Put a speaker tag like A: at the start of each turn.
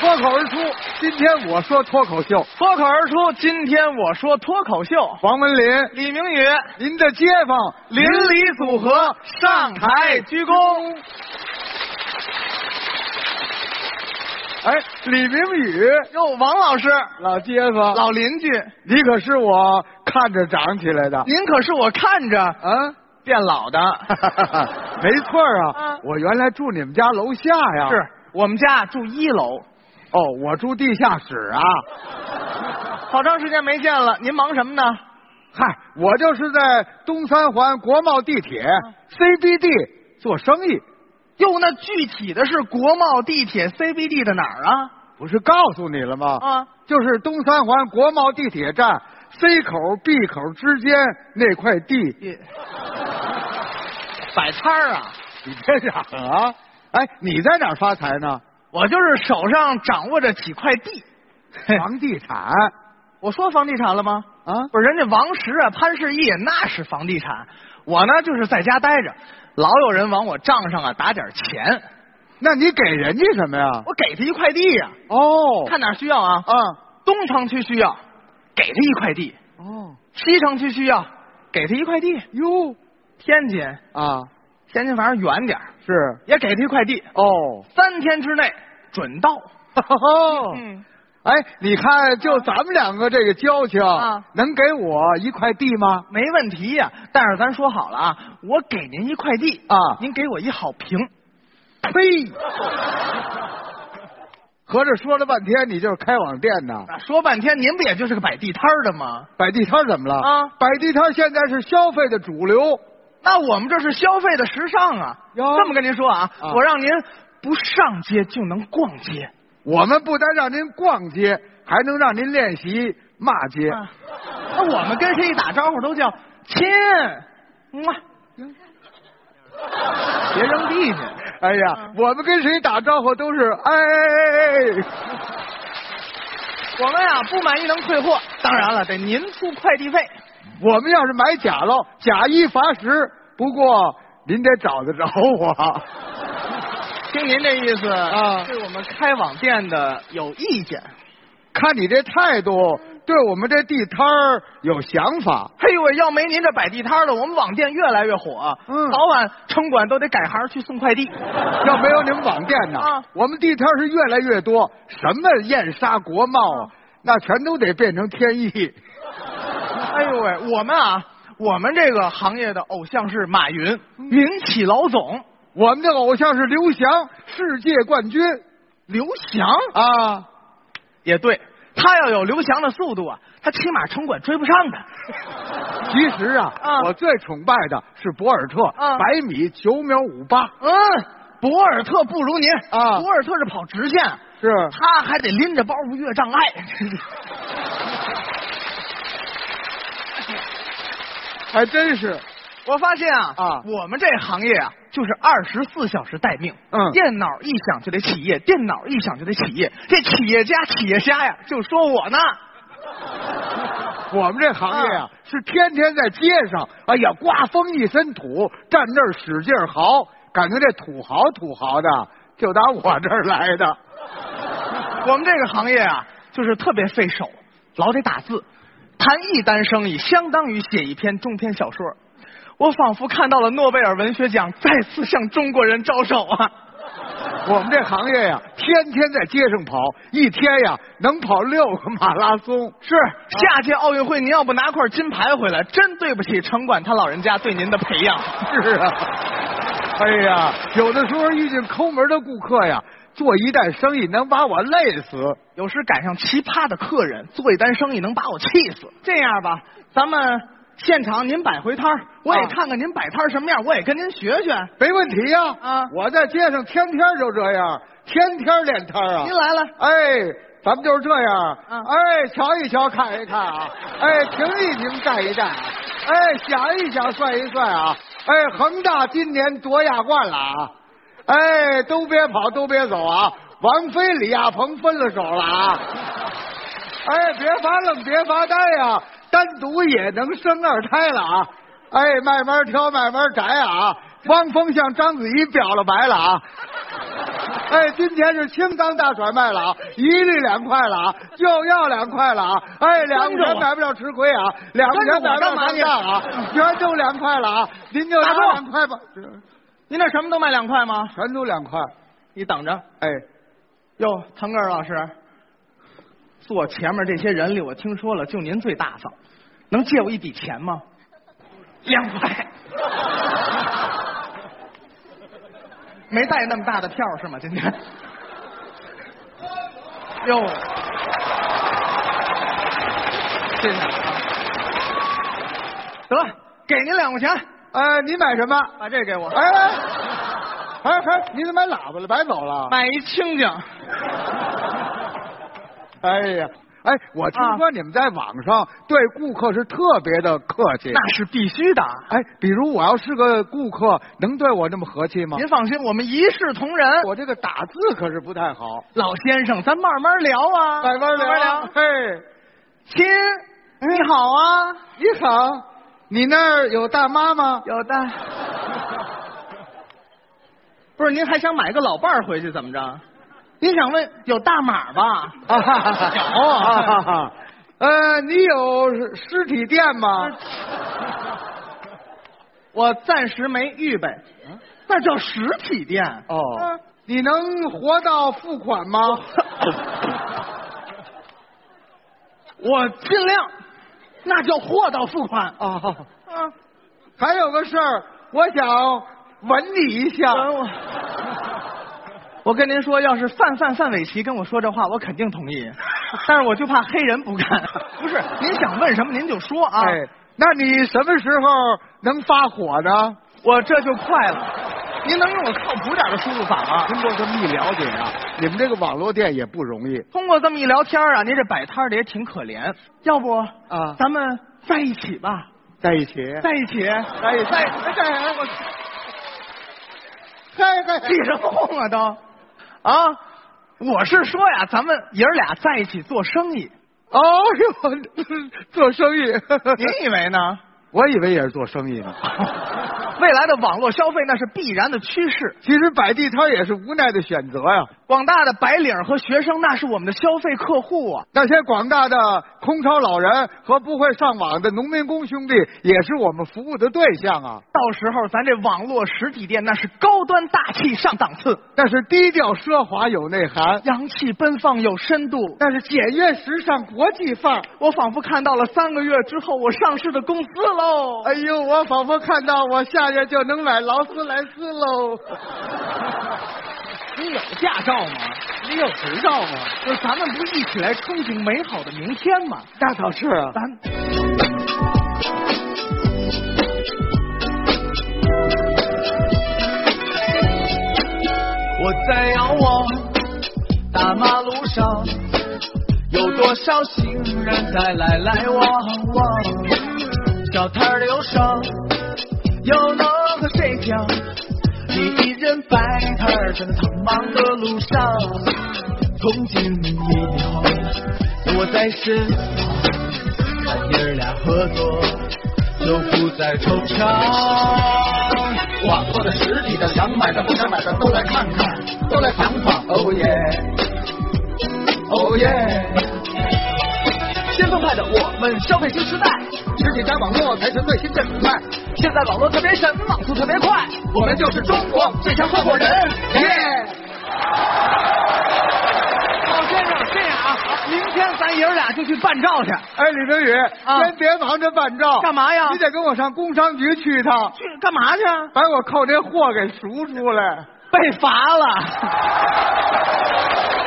A: 脱口而出，今天我说脱口秀。
B: 脱口而出，今天我说脱口秀。
A: 王文林，
B: 李明宇，
A: 您的街坊
B: 邻里组合上台鞠躬。
A: 哎，李明宇，
B: 哟，王老师，
A: 老街坊，
B: 老邻居，
A: 你可是我看着长起来的
B: 您可是我看着
A: 啊！
B: 变老的。
A: 没错儿啊
B: 啊，
A: 我原来住你们家楼下呀。
B: 是我们家住一楼，
A: 哦，我住地下室啊。
B: 好长时间没见了，您忙什么呢？
A: 嗨，我就是在东三环国贸地铁 CBD 做生意，
B: 哟，那具体的是国贸地铁 CBD 的哪儿啊？
A: 不是告诉你了吗？
B: 啊，
A: 就是东三环国贸地铁站 C 口 B 口之间那块地，
B: 也 摆摊儿啊！
A: 你别嚷啊！哎，你在哪儿发财呢？
B: 我就是手上掌握着几块地。
A: 房地产
B: 我说房地产了吗？
A: 啊？
B: 不是，人家王石啊、潘石屹那是房地产，我呢就是在家待着，老有人往我账上啊打点钱，
A: 那你给人家什么呀？
B: 我给他一块地呀、
A: 哦，
B: 看哪儿需要啊？
A: 啊，
B: 东城区需要，给他一块地；
A: 哦，
B: 西城区需要，给他一块地；
A: 哟
B: 天津，
A: 啊，
B: 天津反正远点儿
A: 是
B: 也给他一块地，
A: 哦，
B: 三天之内准到。
A: 哈哈。
B: 嗯，
A: 哎，你看，就咱们两个这个交情，
B: 啊
A: 能给我一块地吗？
B: 没问题呀、但是咱说好了啊，我给您一块地
A: 啊
B: 您给我一好评。
A: 呸！ 合着说了半天，你就是开网店呐？
B: 啊说半天，您不也就是个摆地摊儿的吗？
A: 摆地摊怎么了？
B: 啊
A: 摆地摊现在是消费的主流。
B: 那我们这是消费的时尚啊！
A: 哟
B: 这么跟您说啊，
A: 啊
B: 我让您不上街就能逛街。
A: 我们不单让您逛街，还能让您练习骂街。
B: 啊那我们跟谁一打招呼都叫亲，么，别扔地去。
A: 哎呀，
B: 啊
A: 我们跟谁打招呼都是哎哎哎哎。
B: 我们呀、不满意能退货，当然
A: 啊
B: 了，得您出快递费。
A: 我们要是买假喽，假一罚十。不过您得找得着我。
B: 听您这意思
A: 啊
B: 对我们开网店的有意见。
A: 看你这态度，对我们这地摊儿有想法。
B: 嘿呦喂，要没您这摆地摊的，我们网店越来越火，
A: 嗯
B: 早晚城管都得改行去 送快递。
A: 要没有你们网店呢，
B: 啊
A: 我们地摊儿是越来越多，什么燕莎国贸啊，那全都得变成天意。
B: 哎呦喂，我们啊，我们这个行业的偶像是马云，
A: 嗯
B: 民企老总
A: 我们的偶像是刘翔，世界冠军
B: 刘翔，
A: 啊！
B: 也对，他要有刘翔的速度啊，他起码城管追不上他。
A: 其实啊，
B: 啊
A: 我最崇拜的是博尔特，
B: 啊
A: 百米九秒五八，
B: 嗯，博尔特不如您
A: 啊
B: 博尔特是跑直线，
A: 是
B: 他还得拎着包袱越障碍。
A: 还真是
B: 我发现啊，
A: 啊
B: 我们这行业啊，就是二十四小时待命。
A: 嗯
B: 电脑一响就得起夜，电脑一响就得起夜。这企业家、企业家呀，就说我呢。
A: 我们这行业啊，
B: 啊
A: 是天天在街上，哎呀，刮风一身土，站那儿使劲儿嚎，感觉这土豪土豪的就打我这儿来 的。
B: 我们这个行业啊，就是特别费手，老得打字。谈一单生意，相当于写一篇中篇小说。我仿佛看到了诺贝尔文学奖再次向中国人招手啊！
A: 我们这行业呀，天天在街上跑，一天呀能跑六个马拉松。
B: 是下届奥运会，您要不拿块金牌回来，真对不起城管他老人家对您的培养。
A: 是啊，哎呀，有的时候遇见抠门的顾客呀，做一单生意能把我累死。
B: 有时赶上奇葩的客人，做一单生意能把我气死。这样吧，咱们现场您摆回摊儿，我也
A: 啊
B: 看看您摆摊儿什么样，我也跟您学学。
A: 没问题呀，
B: 啊
A: 我在街上天天就这样，天天练摊啊
B: 您。来了，
A: 哎，咱们就是这样。
B: 嗯
A: 哎，瞧一瞧，看一看啊。哎，停一停，站一站啊。哎，想一想，算一算啊。哎，恒大今年夺亚冠了啊。哎，都别跑，都别走啊。王菲、李亚鹏分了手了啊。哎，别发愣，别发呆呀、单独也能生二胎了啊！哎，慢慢挑，慢慢摘啊！汪峰向章子怡表了白了啊！哎，今天是清仓大甩卖了啊，一律两块了啊，就要两块了啊，哎，两
B: 跟着
A: 元
B: 我
A: 买不了吃亏啊，两
B: 跟着
A: 元
B: 我
A: 买不了
B: 干嘛
A: 上
B: 你
A: 当啊，全都两块了啊，您就拿
B: 打住
A: 两块吧，
B: 您这什么都卖两块吗？
A: 全都两块，
B: 你等着，
A: 哎，
B: 哟，腾格尔老师，坐前面这些人里，我听说了，就您最大方，能借我一笔钱吗？两块，没带那么大的票是吗？今天，哟，谢谢啊，得了，给您两块钱，
A: 哎，你买什么？
B: 把这给我，
A: 哎哎哎哎，你怎么买喇叭了？白走了？
B: 买一清静。
A: 哎呀，哎，我听说你们在网上对顾客是特别的客气。
B: 那是必须的。啊
A: 哎，比如我要是个顾客，能对我那么和气吗？
B: 您放心，我们一视同仁。
A: 我这个打字可是不太好。
B: 老先生，咱慢慢聊啊，
A: 慢慢聊，嘿，
B: 亲，你好啊，
A: 你好，你那儿有大妈 吗？
B: 有的。 不是，您还想买个老伴儿回去怎么着？您想问有大码吧？
A: 啊哈哈哈
B: 有啊
A: 哈哈呃，你有实体店吗？
B: 我暂时没预备。那叫实体店。
A: 哦，你能活到付款 吗？
B: 我尽量，那叫货到付款。
A: 哦，
B: 啊，
A: 还有个事儿，我想吻你一下。
B: 我啊 我跟您说，要是范范范玮琪跟我说这话，我肯定同 意，但是我就怕黑人不 干。不是，您想问什么您就说啊，
A: 哎，那你什么时候能发火呢？
B: 我这就快了。您能用我靠谱点的输入法吗？
A: 经过这么一了解啊，你们这个网络店也不容易
B: 通过这么一聊天啊，您这摆摊儿的也挺可怜。要不
A: 啊
B: 咱们在一起吧，
A: 在一起。
B: 在一起，
A: 在一起
B: 哎在在 我
A: 嗨嗨，
B: 起什么哄啊都啊！我是说呀，咱们爷儿俩在一起做生 意，
A: 哦哟，做生意，
B: 您以为呢？
A: 我以为也是做生意呢。
B: 未来的网络消费那是必然的趋势，
A: 其实摆地摊也是无奈的选择呀、
B: 广大的白领和学生那是我们的消费客户啊。
A: 那些广大的空巢老人和不会上网的农民工兄弟，也是我们服务的对象啊。
B: 到时候咱这网络实体店那是高端大气上档次，
A: 那是低调奢华有内涵，
B: 洋气奔放有深度。
A: 那是简约时尚国际范儿。
B: 我仿佛看到了三个月之后我上市的公司喽。
A: 哎呦，我仿佛看到我下月就能买劳斯莱斯喽。
B: 你有驾照吗？你有执照吗？就是咱们不是一起来憧憬美好的明天吗？
A: 那倒是啊。
B: 咱。
C: 我在遥望大马路上，有多少行人在来来往往？小摊儿流觞，又能和谁讲？你一人摆摊儿，在那苍茫的路上，憧憬以后，有我在身旁，咱爷儿俩合作。就不再惆怅。网络的、实体的、想买的、不想买的，都来看看，都来尝尝。哦耶，
B: Oh
C: 哦耶！先锋派的我们，消费新时代，
A: 实体加网络才是最新的时代，
C: 现在网络特别神，网速特别快，我们就是中国最强合伙人。耶、
B: 老先生，这样啊，明天咱爷儿俩就去办照去。
A: 哎，李成宇，
B: 啊
A: 先别忙着办照，
B: 干嘛呀
A: 你得跟我上工商局去一趟，
B: 去干嘛去啊？
A: 把我扣这货给赎出来。
B: 被罚了。